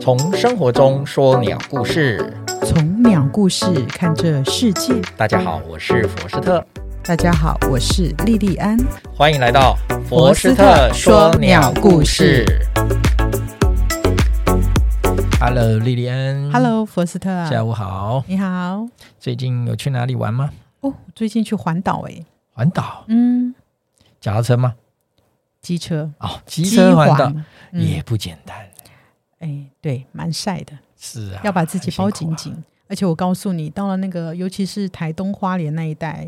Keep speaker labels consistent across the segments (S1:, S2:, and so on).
S1: 从生活中说鸟故事。
S2: 从鸟故事看这世界。
S1: 大家好，我是佛斯特，
S2: 大家好，我是莉莉安。
S1: 欢迎来到
S2: 佛斯特说鸟故事。
S1: Hello，莉莉安。
S2: Hello，佛斯特啊，
S1: 下午好。
S2: 你好。
S1: 最近有去哪里玩吗？
S2: 哦，我最近去环岛欸诶，
S1: 环岛？
S2: 嗯，
S1: 脚踏车吗？
S2: 机车，
S1: 哦，机车环岛
S2: 环，嗯
S1: 也不简单。
S2: 哎，对，蛮晒的，
S1: 是啊，
S2: 要把自己包
S1: 很辛苦
S2: 紧
S1: 啊
S2: 紧。。而且我告诉你，到了那个，尤其是台东花莲那一带，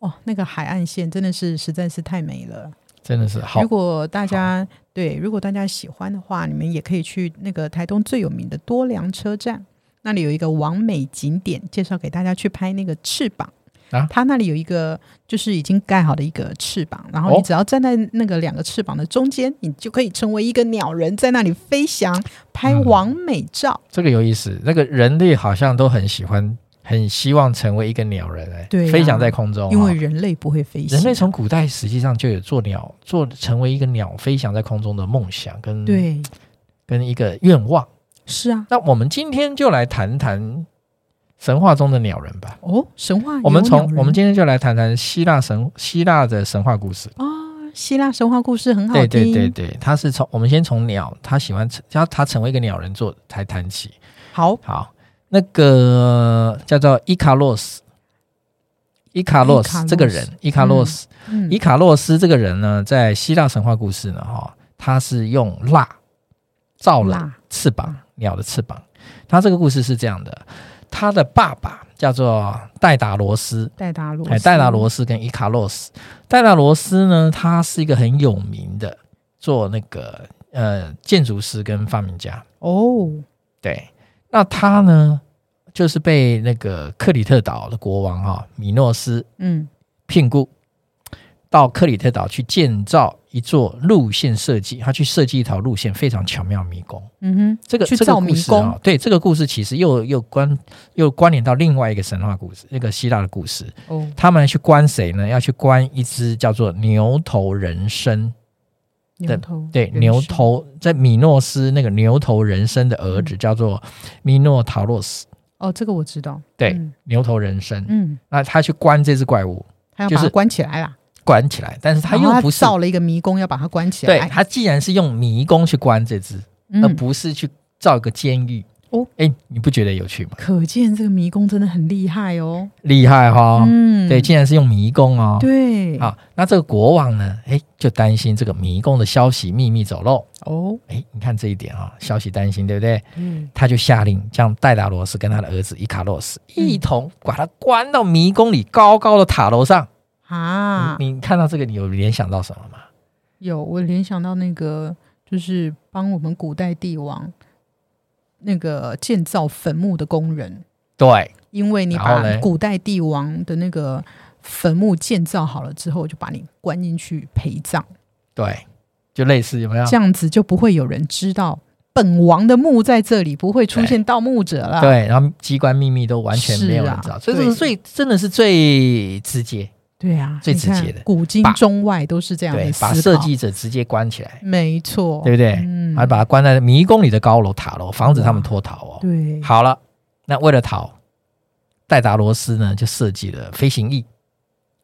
S2: 哦，那个海岸线真的是实在是太美了。
S1: 真的是好
S2: 如。果大家对，如果大家喜欢的话，你们也可以去那个台东最有名的多良车站，那里有一个完美景点，介绍给大家去拍那个翅膀。
S1: 啊
S2: 它那里有一个就是已经盖好的一个翅膀，然后
S1: 哦
S2: 你只要站在那个两个翅膀的中间，你就可以成为一个鸟人，在那里飞翔，拍
S1: 嗯
S2: 完美照。
S1: 这个有意思，那个人类好像都很喜欢，很希望成为一个鸟人、哎，
S2: 对啊
S1: 飞翔在空中、哦，
S2: 因为人类不会飞行，
S1: 人类从古代实际上就有做鸟，做成为一个鸟飞翔在空中的梦想跟
S2: 对
S1: 跟一个愿望。
S2: 是啊，
S1: 那我们今天就来谈谈神话中的鸟人吧。
S2: 哦，神话
S1: 我们
S2: 有鸟
S1: 从
S2: 人
S1: 我们今天就来谈谈希腊神希腊的神话故事。
S2: 哦啊希腊神话故事很好
S1: 对
S2: 听，
S1: 对对对，他是从我们先从鸟，他喜欢成他他成为一个鸟人做才谈起。
S2: 好，
S1: 好，那个叫做伊卡洛斯，伊卡洛
S2: 伊卡
S1: 斯
S2: 洛斯
S1: 这个人，伊卡洛斯，
S2: 嗯
S1: 伊卡洛斯这个人呢，在希腊神话故事呢，哈，他是用蜡造了
S2: 辣
S1: 翅膀，
S2: 嗯
S1: 鸟的翅膀。他这个故事是这样的，他的爸爸叫做戴达罗斯，
S2: 戴达罗斯，
S1: 哎，戴达罗斯跟伊卡洛斯。戴达罗斯呢，他是一个很有名的做那个呃建筑师跟发明家。
S2: 哦，
S1: 对，那他呢，就是被那个克里特岛的国王哈、米诺斯
S2: 嗯，
S1: 聘雇到克里特岛去建造一座路线设计，他去设计一条路线，非常巧妙迷宫。
S2: 嗯
S1: 这个
S2: 去
S1: 这个
S2: 造
S1: 故
S2: 迷
S1: 事
S2: 宫
S1: 啊、对这个故事其实又又关又关联到另外一个神话故事，那个希腊的故事。
S2: 哼，哦，
S1: 他们去关谁呢？要去关一只叫做牛头人参，
S2: 牛头，
S1: 对，
S2: 人
S1: 牛
S2: 参，
S1: 头在米诺斯那个牛头人参的儿
S2: 嗯
S1: 子叫做米诺陶洛斯，
S2: 哦，这个我知道，
S1: 对，
S2: 嗯
S1: 牛头人参。
S2: 嗯，
S1: 那他去关这只怪物，
S2: 他要
S1: 就
S2: 把
S1: 是
S2: 它关起来啦，
S1: 关起来，但是他
S2: 然后
S1: 又不是
S2: 造了一个迷宫，要把它关起
S1: 对
S2: 来，哎
S1: 他既然是用迷宫去关这只，而
S2: 嗯，
S1: 不是去造一个监狱。
S2: 哦，
S1: 哎，你不觉得有趣吗？
S2: 可见这个迷宫真的很厉害哦，
S1: 厉害哈、
S2: 嗯，
S1: 对，竟然是用迷宫哦。
S2: 对，
S1: 好，那这个国王呢？哎，就担心这个迷宫的消息秘密走漏。
S2: 哦，
S1: 哎，你看这一点啊、消息担心，对不对？
S2: 嗯，
S1: 他就下令将戴达罗斯跟他的儿子伊卡洛斯
S2: 嗯
S1: 一同把他关到迷宫里高高的塔楼上。
S2: 啊，
S1: 你你看到这个，你有联想到什么吗？
S2: 有，我联想到那个，就是帮我们古代帝王那个建造坟墓的工人，
S1: 对，
S2: 因为你
S1: 然后
S2: 把
S1: 嘞
S2: 古代帝王的那个坟墓建造好了之后，就把你关进去陪葬，
S1: 对，就类似有没有？
S2: 这样子就不会有人知道本王的墓在这里，不会出现盗墓者了。，
S1: 对，然后机关秘密都完全没有人知道，
S2: 啊是
S1: 所以
S2: 啊
S1: 这个
S2: 对
S1: 最真的是最直接，
S2: 对啊，
S1: 最
S2: 你
S1: 直接
S2: 看
S1: 的
S2: 古今
S1: 把
S2: 中外都是这样
S1: 对
S2: 的，
S1: 把
S2: 思
S1: 设
S2: 考
S1: 计者直接关起来，
S2: 没错，
S1: 对不对？
S2: 嗯
S1: 还把他关在迷宫里的高楼塔楼，防止他们脱逃哦。
S2: 对，
S1: 好了，那为了逃，戴达罗斯呢就设计了飞行翼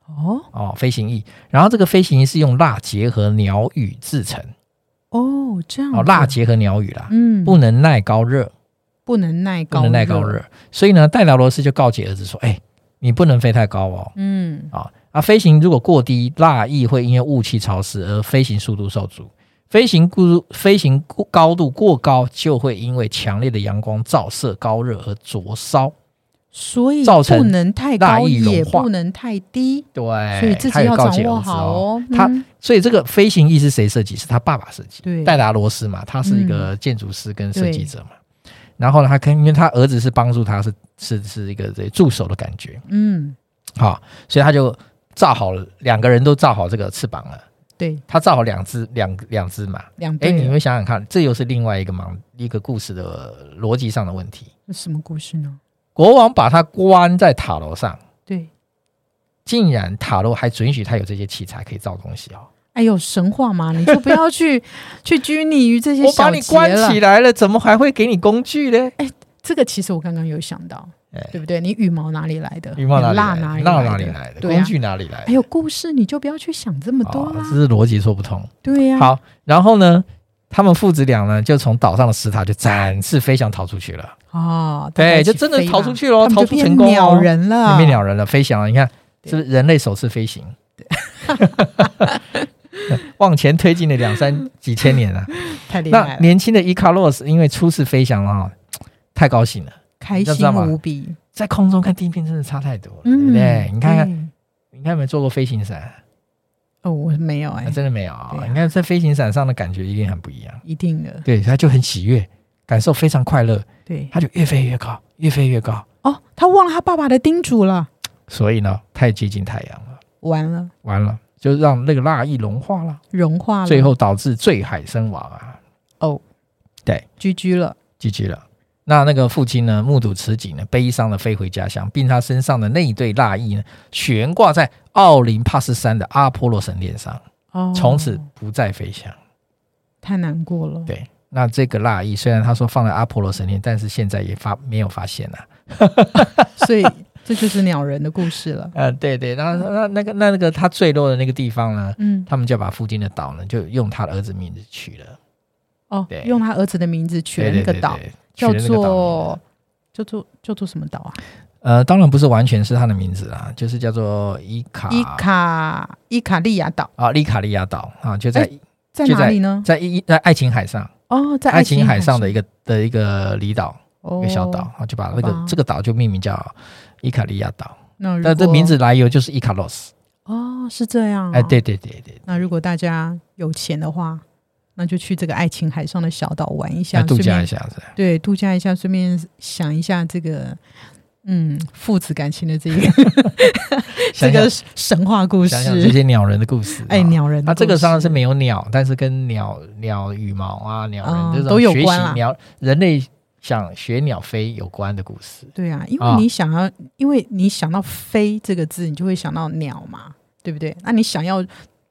S2: 哦
S1: 哦，飞行翼，然后这个飞行翼是用蜡结合鸟羽制成
S2: 哦，这样
S1: 哦，
S2: 子
S1: 蜡结合鸟羽啦，
S2: 嗯
S1: 不能耐高热，
S2: 不能耐
S1: 不
S2: 高
S1: 能耐高热，所以呢，戴达罗斯就告诫儿子说：“哎，你不能飞太高哦。”
S2: 嗯
S1: 啊啊，飞行如果过低，蜡翼会因为雾气潮湿而飞行速度受阻。飞行过飞行过高度过高，就会因为强烈的阳光照射高热而灼烧。
S2: 所以
S1: 造成
S2: 不能太
S1: 蜡
S2: 高，
S1: 液融
S2: 也
S1: 化
S2: 不能太低，
S1: 对，
S2: 所以自
S1: 他
S2: 己
S1: 有
S2: 要
S1: 告
S2: 掌
S1: 诫
S2: 握
S1: 儿子
S2: 好
S1: 哦。
S2: 哦。
S1: 他
S2: 嗯
S1: 所以这个飞行翼是谁设计？是他爸爸设计，
S2: 对嗯
S1: 戴达罗斯嘛，他是一个建筑师跟设计
S2: 对
S1: 者嘛。然后呢，他跟因为他儿子是帮助他是是是一个这助手的感觉，
S2: 嗯，
S1: 好、所以他就造好了，两个人都造好这个翅膀了。
S2: 对，
S1: 他造好两只两两只嘛，
S2: 两
S1: 哎，
S2: 对啊
S1: 你
S2: 了。
S1: 们想想看，这又是另外一个盲一个故事的逻辑上的问题。
S2: 那什么故事呢？
S1: 国王把他关在塔楼上，
S2: 对，
S1: 竟然塔楼还准许他有这些器材可以造东西哦。
S2: 哎、哎呦，神话嘛，你就不 要去去拘泥于这些
S1: 我把
S2: 小
S1: 你
S2: 节哎
S1: 关
S2: 了
S1: 起。来了，怎么还会给你工具呢？
S2: 这个其实我刚刚有想到
S1: 哎，
S2: 对不对？你羽毛哪里来的？
S1: 羽毛哪里
S2: 蜡
S1: 来
S2: 哪
S1: 的？
S2: 里
S1: 蜡
S2: 来
S1: 哪里
S2: 的
S1: 来的？
S2: 对啊
S1: 工具哪里来的？
S2: 还有故事，你就不要去想这么多啊
S1: 哦
S2: 啦
S1: 这。是逻辑说不通。
S2: 对呀，
S1: 好，然后呢，他们父子俩呢，就从岛上的石塔就展翅飞翔逃出去了。
S2: 哦，大家
S1: 对，
S2: 一
S1: 就
S2: 起
S1: 真的
S2: 飞吧
S1: 逃出去喽，
S2: 他们
S1: 逃
S2: 就
S1: 出
S2: 变
S1: 成功
S2: 鸟
S1: 哦，
S2: 人了，
S1: 就变鸟人了，飞翔了。你看，
S2: 啊对
S1: 是不是人类首次飞行？往前推进了两三几千年啊！
S2: 太 厉
S1: 那
S2: 害了，
S1: 年轻的伊卡洛斯因为初次飞翔了哈，太高兴了，
S2: 开
S1: 你知道
S2: 心
S1: 吗
S2: 无比。
S1: 在空中看地面真的差太多了，对
S2: 嗯，
S1: 不对？你看看，
S2: 对
S1: 你看有没有坐过飞行伞？啊
S2: 哦，我没有哎
S1: 啊，真的没有啊
S2: 对！啊
S1: 你看在飞行伞上的感觉一定很不一样。
S2: 一定的，
S1: 对，他就很喜悦，感受非常快乐，
S2: 对。
S1: 他就越飞越高，越飞越高。
S2: 哦，他忘了他爸爸的叮嘱了，
S1: 所以呢，太接近太阳了，
S2: 完了，
S1: 完了，就让那个蜡液融化了，
S2: 融化了，
S1: 最后导致坠海身亡啊
S2: 居居了。
S1: ，GG 了。那那个父亲呢，目睹此景呢，悲伤的飞回家乡，并他身上的那一对蜡液呢，悬挂在奥林帕斯山的阿波罗神殿上，
S2: 哦，
S1: 从此不再飞翔。
S2: 太难过了。
S1: 对，那这个蜡液虽然他说放在阿波罗神殿，但是现在也发没有发现啊。
S2: 所以这就是鸟人的故事 了。
S1: 呃，对对，那那那个那那个他坠落的那个地方呢，
S2: 嗯，
S1: 他们就把附近的岛呢，就用他的儿子名字取了，
S2: 哦
S1: 对，
S2: 用他儿子的名字取了
S1: 对
S2: 那个岛，，
S1: 对对对取了那个岛
S2: 叫
S1: 名字
S2: 做叫做叫做什么岛啊？
S1: 呃，当然不是完全是他的名字啦，就是叫做伊卡
S2: 伊卡伊卡利亚岛
S1: 啊，利卡利亚岛啊，就在
S2: 在
S1: 就在
S2: 哪里呢？
S1: 在伊在爱琴海上，
S2: 哦，哎在
S1: 爱
S2: 琴哦
S1: 琴海上的一
S2: 一
S1: 个的一个离岛，一个小岛，然后就把那
S2: 好
S1: 个
S2: 吧
S1: 这个岛就命名叫伊卡利亚岛。
S2: 那如
S1: 那这
S2: 果
S1: 名字来由就是伊卡洛斯，
S2: 哦，是这样。
S1: 哎，。对对对对，
S2: 那如果大家有钱的话，那就去这个爱琴海上的小岛玩一下
S1: 来，度
S2: 顺
S1: 假
S2: 便
S1: 一下 子。
S2: 对，度假一下，顺便想一下这个，嗯，父子感情的这个这
S1: 想想
S2: 个神话故事，
S1: 想想这些鸟人的故事，
S2: 哎，
S1: 啊
S2: 鸟人的
S1: 它
S2: 故事。
S1: 这个当然是没有鸟，但是跟鸟鸟羽毛啊、鸟人
S2: 哦
S1: 这种
S2: 都有
S1: 学习
S2: 关啦
S1: 鸟人类想学鸟飞有关的故事。
S2: 对啊，因为
S1: 啊
S2: 你想要，因为你想到“飞”这个字，你就会想到鸟嘛，对不对？那你想要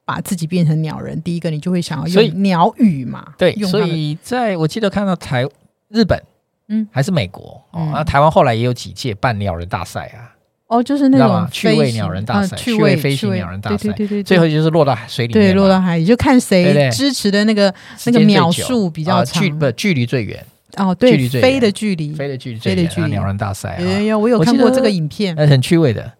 S2: 把自己变成鸟人，第一个你就会想要
S1: 所以
S2: 用鸟语嘛，
S1: 对，
S2: 用它
S1: 所
S2: 的
S1: 以在我记得看到台日本，
S2: 嗯
S1: 还是美国哦
S2: 嗯，
S1: 那台湾后来也有几届办鸟人大赛啊，
S2: 哦，就是
S1: 你
S2: 那
S1: 知道吗
S2: 种
S1: 趣味鸟人大赛
S2: 飞行呃趣
S1: 趣味
S2: 味
S1: 飞行
S2: 趣味
S1: 鸟人大赛
S2: 对对对对，
S1: 最后就是落到水里
S2: 对
S1: 面嘛，
S2: 落到海里，就看
S1: 对对
S2: 谁支持的那个
S1: 时间
S2: 那个
S1: 最
S2: 秒
S1: 久
S2: 数比较
S1: 啊
S2: 长
S1: 距不距离最远，
S2: 哦，
S1: 距离
S2: 对，
S1: 最
S2: 飞
S1: 远
S2: 的距离，
S1: 飞的距离
S2: 飞
S1: 最
S2: 的
S1: 远
S2: 距
S1: 啊，
S2: 离
S1: 鸟人大赛
S2: 有有
S1: 啊，
S2: 有，我有
S1: 我
S2: 看
S1: 记
S2: 过
S1: 得
S2: 这个影片，哦
S1: 那很趣味的。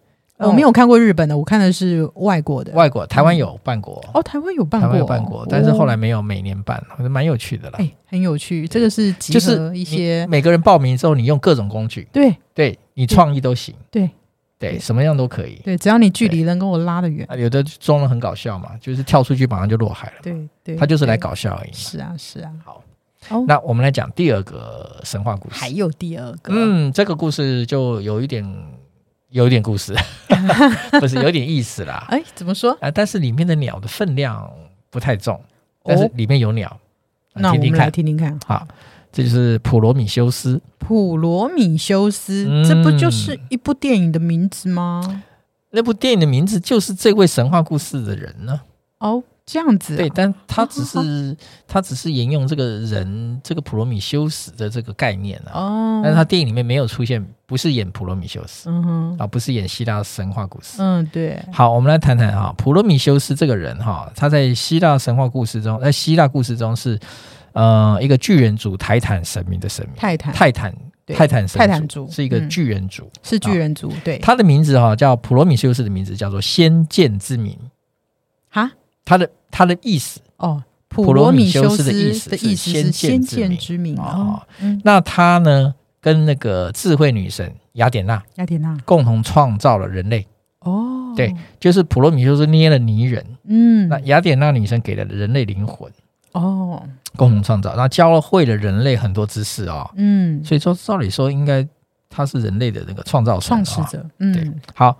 S2: 我没有看过日本的，我看的是外国的。
S1: 外国，台湾有办过，
S2: 哦，台湾有办
S1: 台
S2: 过
S1: 湾
S2: 哦，
S1: 有办过，但是后来
S2: 哦
S1: 没有每年办，我觉得蛮有趣的啦
S2: 哎、。很有趣，这个是集
S1: 就是
S2: 合一
S1: 你
S2: 些、
S1: 每个人报名之后，你用各种工具，
S2: 对
S1: 对你
S2: 对
S1: 创意都行，
S2: 对
S1: 对，
S2: 对
S1: 什么样都可以。
S2: 对，只要你距离能跟我拉得远，
S1: 啊，有的装的很搞笑嘛，就是跳出去马上就落海了，
S2: 对对，
S1: 他就是来
S2: 对。
S1: 搞笑而已嘛。
S2: 是啊是啊，
S1: 好，
S2: 哦，
S1: 那我们来讲第二个神话故
S2: 还
S1: 事。
S2: 有第二个，
S1: 嗯，这个故事就有一点，有一点故事， 不是有点意思啦。
S2: 哎，怎么说？
S1: 啊，但是里面的鸟的分量不太重，但是
S2: 哦，
S1: 里面有鸟，啊
S2: 那我
S1: 听
S2: 们
S1: 听
S2: 来
S1: 看。
S2: 听听看，
S1: 好，这就是普罗米修斯。
S2: 普罗米修斯，
S1: 嗯
S2: 这不就是一部电影的名字吗？
S1: 那部电影的名字就是这位神话故事的人呢。
S2: 哦，这样子、啊，
S1: 对，但他只
S2: 哦
S1: 是他只是沿用这个人这个普罗米修斯的这个概念啊，
S2: 哦，
S1: 但是他电影里面没有出现，不是演普罗米修斯
S2: 嗯哼，
S1: 啊，不是演希腊神话故事。
S2: 嗯，对，
S1: 好，我们来谈谈哈，普罗米修斯这个人哈，他在希腊神话故事中，在希腊故事中是呃一个巨人族泰坦神明的神明，
S2: 泰坦
S1: 泰坦
S2: 对
S1: 泰坦神
S2: 泰坦族
S1: 是一个
S2: 嗯
S1: 巨人族，
S2: 是巨人族，对，
S1: 他的名字哈、叫普罗米修斯的名字叫做先见之明，
S2: 哈，
S1: 他的他的意思。
S2: 哦，
S1: 普
S2: 普
S1: 罗
S2: 罗
S1: 米
S2: 米
S1: 修
S2: 修
S1: 斯
S2: 斯
S1: 的
S2: 的
S1: 意
S2: 意
S1: 思
S2: 思
S1: 是
S2: 是
S1: 先见
S2: 先见
S1: 之
S2: 之明
S1: 哦
S2: 哦，嗯，
S1: 那他呢，跟那个智慧女神雅典娜
S2: 雅典娜，
S1: 共同创造了人类，
S2: 哦，
S1: 对，就是普罗米修斯捏了泥人，
S2: 嗯，
S1: 那雅典娜女神给了人类灵魂，
S2: 哦，
S1: 共同创造，那教会了人类很多知识哦。
S2: 嗯，
S1: 所以说，照理说应该他是人类的那个创造神、
S2: 创
S1: 哦、
S2: 始者，嗯，
S1: 好，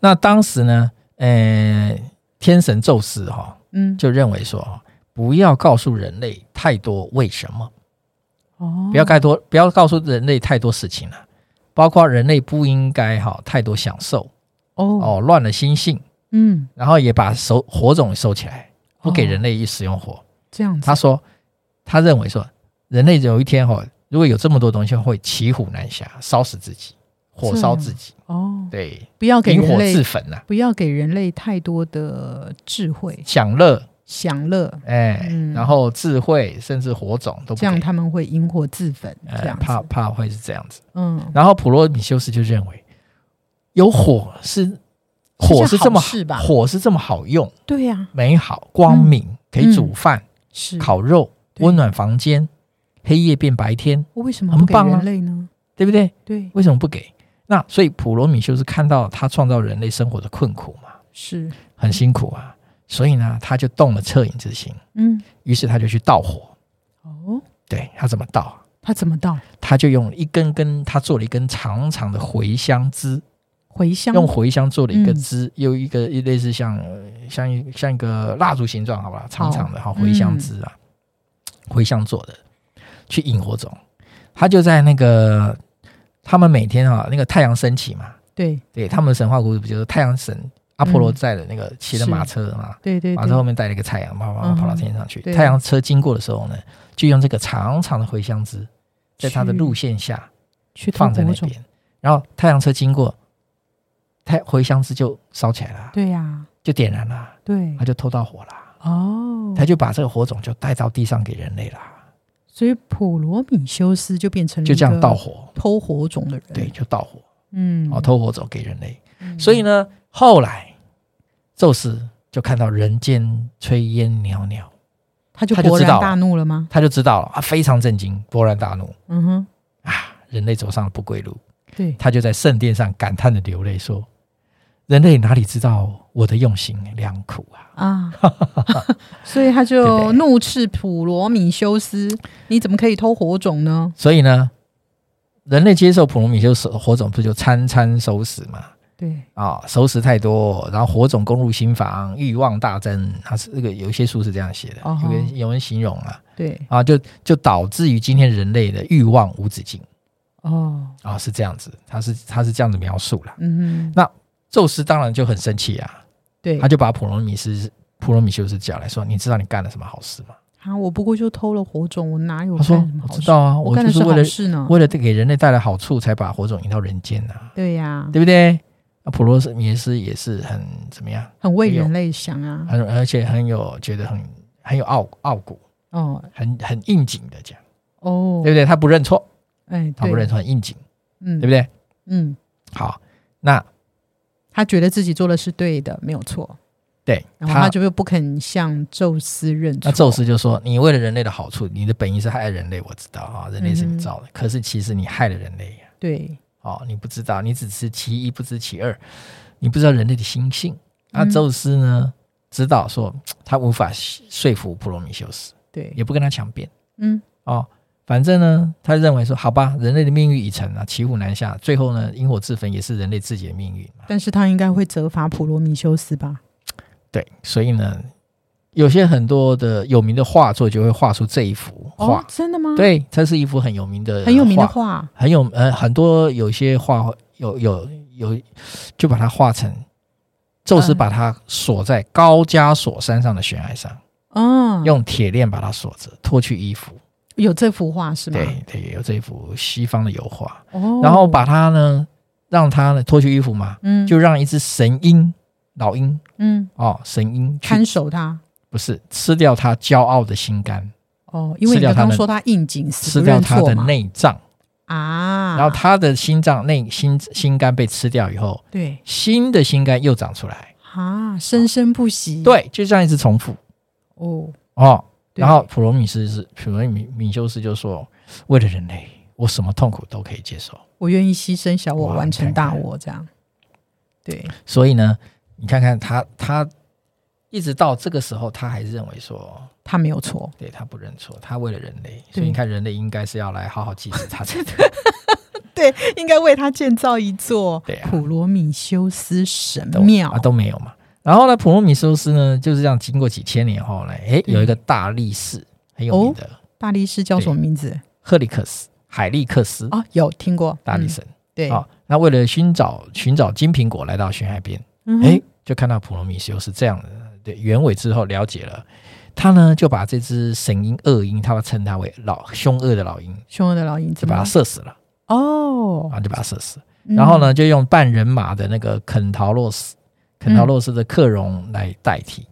S1: 那当时呢，呃，天神宙斯哈、
S2: 嗯，
S1: 就认为说，不要告诉人类太多为什么，
S2: 哦，
S1: 不要太多，不要告诉人类太多事情啊了、包括人类不应该哈、太多享受
S2: 哦，
S1: 哦，乱了心性
S2: 嗯，
S1: 然后也把手火种收起来，不给
S2: 哦
S1: 人类使用火。
S2: 这样子
S1: 他说，他认为说，人类有一天哈、哦，如果有这么多东西，会骑虎难下，烧死自己，火烧自己，
S2: 哦，
S1: 对，
S2: 不要给
S1: 引火
S2: 人类
S1: 自焚啊呐、
S2: 不要给人类太多的智慧
S1: 享乐，
S2: 享乐，
S1: 哎，
S2: 嗯
S1: 然后智慧甚至火种都不
S2: 这样
S1: 给
S2: 他们会引火自焚，这
S1: 呃
S2: 样，子
S1: 怕怕会是这样子。
S2: 嗯，
S1: 然后普罗米修斯就认为，有火是火是这么
S2: 好事吧
S1: 火是这么好用、
S2: 对呀，
S1: 美好、光明，可以煮饭、
S2: 是
S1: 烤肉、
S2: 嗯对
S1: 温暖房间，黑夜变白天，
S2: 为什么
S1: 很
S2: 不给
S1: 棒啊
S2: 人类呢？
S1: 对不对？
S2: 对，
S1: 为什么不给？那所以普罗米修斯看到他创造人类生活的困苦嘛，
S2: 是，
S1: 很辛苦啊，所以呢，他就动了恻隐之心，
S2: 嗯，
S1: 于是他就去盗火。
S2: 哦，
S1: 对他怎么盗啊？
S2: 他怎么到
S1: 他就用一根根，他做了一根长长的茴香枝，
S2: 茴香？
S1: 用茴香做了一个
S2: 嗯
S1: 枝，又一个类似像呃像一像一个蜡烛形状，好吧，长长的哈
S2: 嗯
S1: 茴香枝啊，茴香做的，去引火种。他就在那个他们每天啊，那个太阳升起嘛，
S2: 对
S1: 对，他们的神话故事不就是太阳神阿波罗
S2: 嗯
S1: 载的那个骑着马车的嘛，
S2: 对对
S1: 马车后
S2: 对，
S1: 面带了一个太阳，跑跑
S2: 嗯哼
S1: 跑到天上去。
S2: 对
S1: 太阳车经过的时候呢，就用这个长长的茴香枝，在它的
S2: 去
S1: 路线下
S2: 去偷
S1: 放在那
S2: 火种，
S1: 边，然后太阳车经过，太茴香枝就烧起来了，
S2: 对嗯呀，
S1: 就点燃了，
S2: 对
S1: 它，就偷到火啦，
S2: 哦，
S1: 他就把这个火种就带到地上给人类啦，
S2: 所以普罗米修斯就变成了
S1: 就这
S2: 一
S1: 样
S2: 个
S1: 盗火，
S2: 偷火种的人，
S1: 对，，就盗火，
S2: 嗯，
S1: 哦，偷火种给人类。
S2: 嗯，
S1: 所以呢，后来宙斯就看到人间炊烟袅袅，
S2: 他就
S1: 他就
S2: 勃
S1: 知道了
S2: 然大怒了吗？
S1: 他就知道了，啊，非常震惊，勃然大怒
S2: 嗯哼，
S1: 啊！人类走上了不归路，
S2: 对，
S1: 他就在圣殿上感叹的流泪说：“人类哪里知道我的用心良苦啊
S2: 啊， 所以他
S1: 对不
S2: 就
S1: 对
S2: 怒斥普罗米修斯：“你怎么可以偷火种呢？”
S1: 所以呢，人类接受普罗米修斯火种，不就餐餐熟食嘛？？”
S2: 对，
S1: 啊、熟食太多，然后火种攻入心房，欲望大增。它是这个有一些书是这样写的，
S2: 哦吼
S1: 有人有人形容啊，
S2: 对，
S1: 啊，就就导致于今天人类的欲望无止境
S2: 哦，
S1: 啊，是这样子，他是他是这样子描述啦。
S2: 嗯哼，
S1: 宙斯当然就很生气啊，
S2: 对
S1: 他，就把普罗米斯普罗米修斯叫来说：“你知道你干了什么好事吗
S2: 啊，我不过就偷了火种，我哪？”有
S1: 他说
S2: 干什：“么
S1: 我
S2: 好
S1: 知
S2: 事？
S1: 道啊，
S2: 我
S1: 我
S2: 干
S1: 就
S2: 的
S1: 是
S2: 是
S1: 为
S2: 好
S1: 了
S2: 事呢。
S1: 为了给人类带来好处，才把火种引到人间呐、啊，
S2: 对呀，
S1: 对不对？”那普罗米斯也是很怎么样，
S2: 很为
S1: 没有
S2: 人类想啊。
S1: 很而且很有觉得很很有傲傲骨，
S2: 哦
S1: 很很应景的讲，
S2: 哦
S1: 对，不对？他不认错，
S2: 哎，
S1: 他不
S2: 对
S1: 认，错，很应景，
S2: 嗯，
S1: 对不对？
S2: 嗯，
S1: 好，那
S2: 他觉得自己做的是对的，没有错，
S1: 对
S2: 然后他就不肯向宙斯认错。
S1: 那宙斯就说：“你为了人类的好处，你的本意是害人类，我知道啊，人类
S2: 嗯
S1: 是你造的，可是其实你害了人类呀、
S2: 对，
S1: 哦，你不知道，你只知其一不知其二，你不知道人类的心性。”那
S2: 嗯
S1: 宙斯呢，知道说他无法说服普罗米修斯，
S2: 对，
S1: 也不跟他强辩
S2: 嗯，
S1: 哦。反正呢，他认为说，好吧，人类的命运已成啊，骑虎难下，最后呢，引火自焚也是人类自己的命运嘛。
S2: 但是他应该会责罚普罗米修斯吧？
S1: 对，所以呢，有些很多的有名的画作就会画出这一幅画。
S2: 哦，真的吗？，
S1: 对，这是一幅很有名的，
S2: 很有名的，画，
S1: 很有呃很多有些画有有有就把它画成，宙斯
S2: 嗯
S1: 把它锁在高加索山上的悬崖上，
S2: 嗯，
S1: 用铁链把它锁着，脱去衣服。
S2: 有这幅画是吗？
S1: 对对，有这幅西方的油画，
S2: 哦，
S1: 然后把它呢，让它呢脱去衣服嘛，
S2: 嗯
S1: 就让一只神鹰，老鹰
S2: 嗯
S1: 哦，神鹰去
S2: 看守他
S1: 不是吃掉它骄傲的心肝，
S2: 哦，因为
S1: 吃
S2: 你
S1: 掉
S2: 刚
S1: 他
S2: 刚
S1: 的
S2: 说他应景死
S1: 吃
S2: 不
S1: 掉
S2: 认
S1: 它
S2: 错
S1: 的
S2: 嘛
S1: 内脏。
S2: 啊，
S1: 然后他的心脏内心心肝被吃掉以后，
S2: 对
S1: 新的心肝又长出来，
S2: 啊，生生不息，
S1: 对，就这样一直重复
S2: 哦，
S1: 哦。
S2: 对
S1: 然后普罗米斯是普罗米米修斯就说，为了人类，我什么痛苦都可以接受。
S2: 我愿意牺牲小我
S1: 哇
S2: 完成
S1: 你看
S2: 大
S1: 看
S2: 我，这样对，
S1: 所以呢，你看看他，他一直到这个时候，他还认为说，
S2: 他没有错，
S1: 对他不认错，他为了人类，所以你看人类应该是要来好好祭祀他才 对。
S2: 对， 应该为他建造一座
S1: 对啊
S2: 普罗米修斯神
S1: 都
S2: 庙
S1: 啊，都没有嘛。然后呢，普罗米修斯呢就是这样，经过几千年后呢，诶，
S2: 对
S1: 有一个大力士很有名的。
S2: 大力士叫什么名字？
S1: 赫利克斯、海利克斯
S2: 哦，有听过
S1: 大力哦
S2: 嗯
S1: 神
S2: 对，
S1: 啊、那为了寻找寻找金苹果，来到悬崖边，
S2: 嗯哼
S1: 哎、就看到普罗米修斯这样的对原委之后，了解了他呢，就把这只神鹰恶鹰，他们称它为老凶恶的老鹰，
S2: 凶恶的老鹰
S1: 就
S2: 怎
S1: 把它
S2: 么
S1: 射死了，啊
S2: 哦
S1: 然，后就把它射死。
S2: 嗯
S1: 然后呢，就用半人马的那个肯陶洛斯，肯陶洛斯的克隆来代替，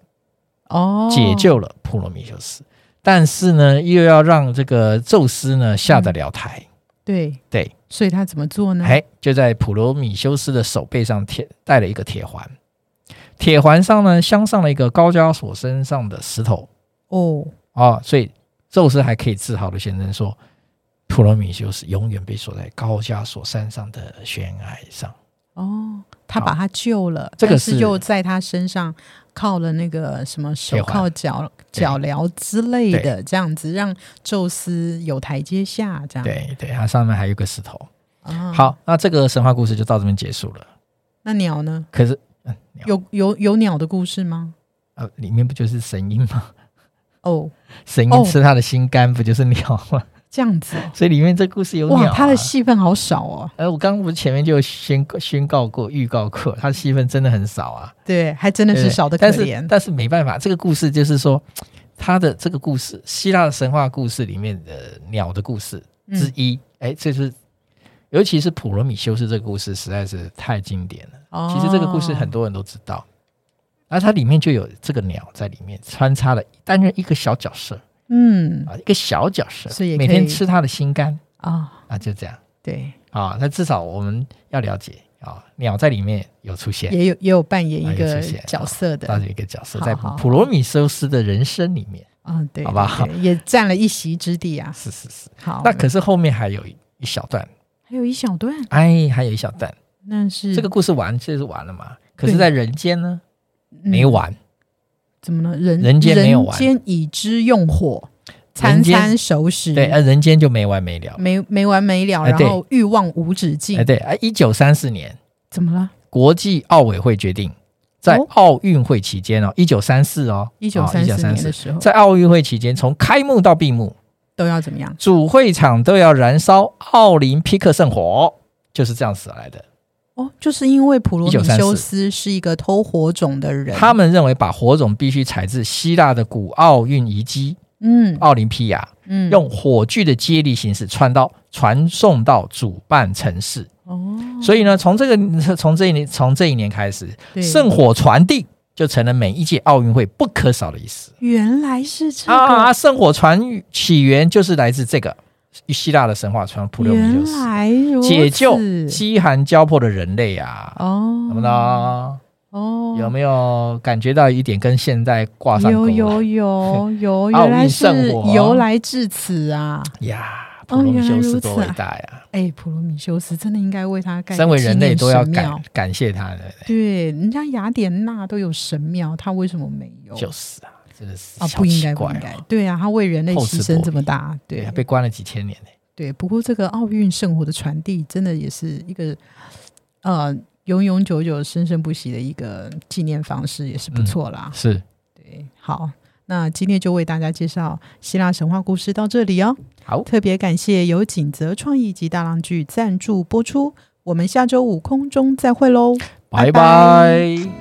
S2: 嗯？哦，
S1: 解救了普罗米修斯。但是呢，又要让这个宙斯呢下得了台，
S2: 对
S1: 对，
S2: 所以他怎么做呢？
S1: 哎，就在普罗米修斯的手背上贴带了一个铁环，铁环上呢镶上了一个高加索身上的石头
S2: 哦，
S1: 哦，所以宙斯还可以自豪的宣称说，普罗米修斯永远被锁在高加索山上的悬崖上。
S2: 哦，他
S1: 好
S2: 把他救了，
S1: 这个
S2: 但
S1: 是
S2: 是又在他身上靠了那个什么手
S1: 铁环
S2: 铐、脚
S1: 对
S2: 脚镣之类
S1: 对
S2: 的，这样子让宙斯有台阶下，这样。
S1: 对对，它上面还有一个石头。
S2: 啊，
S1: 好，那这个神话故事就到这边结束了。
S2: 那鸟呢？
S1: 可是，嗯，鸟
S2: 有有有鸟的故事吗？
S1: 呃，里面不就是神鹰吗？
S2: 哦，
S1: 神鹰
S2: 哦
S1: 吃它的心肝，不就是鸟吗？
S2: 这样子哦、
S1: 所以里面这故哎事有鸟、
S2: 哇，
S1: 啊。
S2: 他的戏份好少哦。
S1: 呃，我刚刚不是前面就宣宣告过、预告过，他戏份真的很少啊，
S2: 对，还真的
S1: 对
S2: 是
S1: 不对
S2: 少的可
S1: 但是
S2: 怜。
S1: 但是没办法，这个故事就是说，他的这个故事，希腊的神话故事里面的鸟的故事之
S2: 嗯，
S1: 一，哎、这是尤其是普罗米修斯这个故事实在是太经典了。
S2: 哦
S1: 其实这个故事很多人都知道，而它里面就有这个鸟在里面穿插了担任一个小角色
S2: 嗯
S1: 啊，一个小角色
S2: 所以，也
S1: 每
S2: 可
S1: 天
S2: 以
S1: 吃它的心肝
S2: 啊、
S1: 啊，就这样。
S2: 对，
S1: 啊，那至少我们要了解啊，鸟在里面有出现，
S2: 也有也有扮演
S1: 啊
S2: 一
S1: 有
S2: 个
S1: 出现
S2: 角色的
S1: 它是一个角色，
S2: 好
S1: 在
S2: 好
S1: 普罗米修斯的人生里面，
S2: 嗯，对，
S1: 好不好
S2: 对对也占了一席之地啊。
S1: 是是是。
S2: 好，
S1: 那可是后面还有一一小段，
S2: 还有一小段，
S1: 哎，还有一小段，
S2: 那是
S1: 这个故事完就是完了嘛。可是，
S2: 嗯对
S1: 在人间呢，没
S2: 嗯
S1: 完。
S2: 怎么了？人
S1: 人间没有
S2: 人
S1: 完
S2: 间已知用火，
S1: 人
S2: 餐
S1: 间
S2: 餐熟食，
S1: 对，呃，人间就没完没了。
S2: 没没完没了，
S1: 哎
S2: 然
S1: 对
S2: 后欲望无止境，
S1: 哎，对，哎，一九三四年，
S2: 怎么了？
S1: 国际奥委会决定，在
S2: 哦
S1: 奥运会期间哦，一九三四哦，
S2: 一九
S1: 三
S2: 三四年的时候
S1: 在奥运会期间，从开幕到闭幕，
S2: 都要怎么样？
S1: 主会场都要燃烧奥林匹克圣火，就是这样死来的。
S2: 哦，就是因为普罗米
S1: 1934
S2: 修斯是一个偷火种的人，
S1: 他们认为把火种必须采自希腊的古奥运遗迹
S2: 嗯
S1: 奥林匹亚，
S2: 嗯
S1: 用火炬的接力形式传到传送到主办城市。
S2: 哦，
S1: 所以呢，从这个从这一年从这一年开始，
S2: 对
S1: 圣火传递就成了每一届奥运会不可少的一事。
S2: 原来是这
S1: 啊，
S2: 个，
S1: 圣火传起源就是来自这个希腊的神话传普罗米修
S2: 原
S1: 斯，
S2: 来如此，
S1: 解救饥寒交迫的人类啊。
S2: 哦，
S1: 怎么呢？
S2: 哦，
S1: 有没有感觉到一点跟现在挂上钩啊
S2: 有哦
S1: 了
S2: 有有 有，
S1: 奥
S2: 原来
S1: 运圣
S2: 是
S1: 火啊
S2: 由来至此啊！
S1: 呀？
S2: 哦
S1: 普罗米
S2: 原来
S1: 修
S2: 如
S1: 斯
S2: 此
S1: 多伟
S2: 啊
S1: 大呀！
S2: 哎，普罗米修斯真的应该为他盖
S1: 身
S2: 个
S1: 为
S2: 纪
S1: 人类
S2: 念
S1: 都要
S2: 神
S1: 感
S2: 庙
S1: 感谢他的，
S2: 对，人家雅典娜都有神庙，他为什么没有？
S1: 就是啊，真的是
S2: 啊，
S1: 小
S2: 哦不应
S1: 奇
S2: 该，不
S1: 怪
S2: 应该
S1: 哦。，
S2: 对啊，他为人类
S1: 厚
S2: 牺
S1: 此
S2: 牲
S1: 薄
S2: 这么
S1: 彼
S2: 大，对
S1: 他被关了几千年呢。
S2: 对。不过这个奥运圣火的传递，真的也是一个呃永永久久、生生不息的一个纪念方式，也是不
S1: 嗯
S2: 错啦。
S1: 是，
S2: 对，好，那今天就为大家介绍希腊神话故事到这里哦。
S1: 好
S2: 特别感谢由锦泽创意及大浪剧赞助播出，我们下周五空中再会喽。
S1: 拜
S2: 拜拜
S1: 拜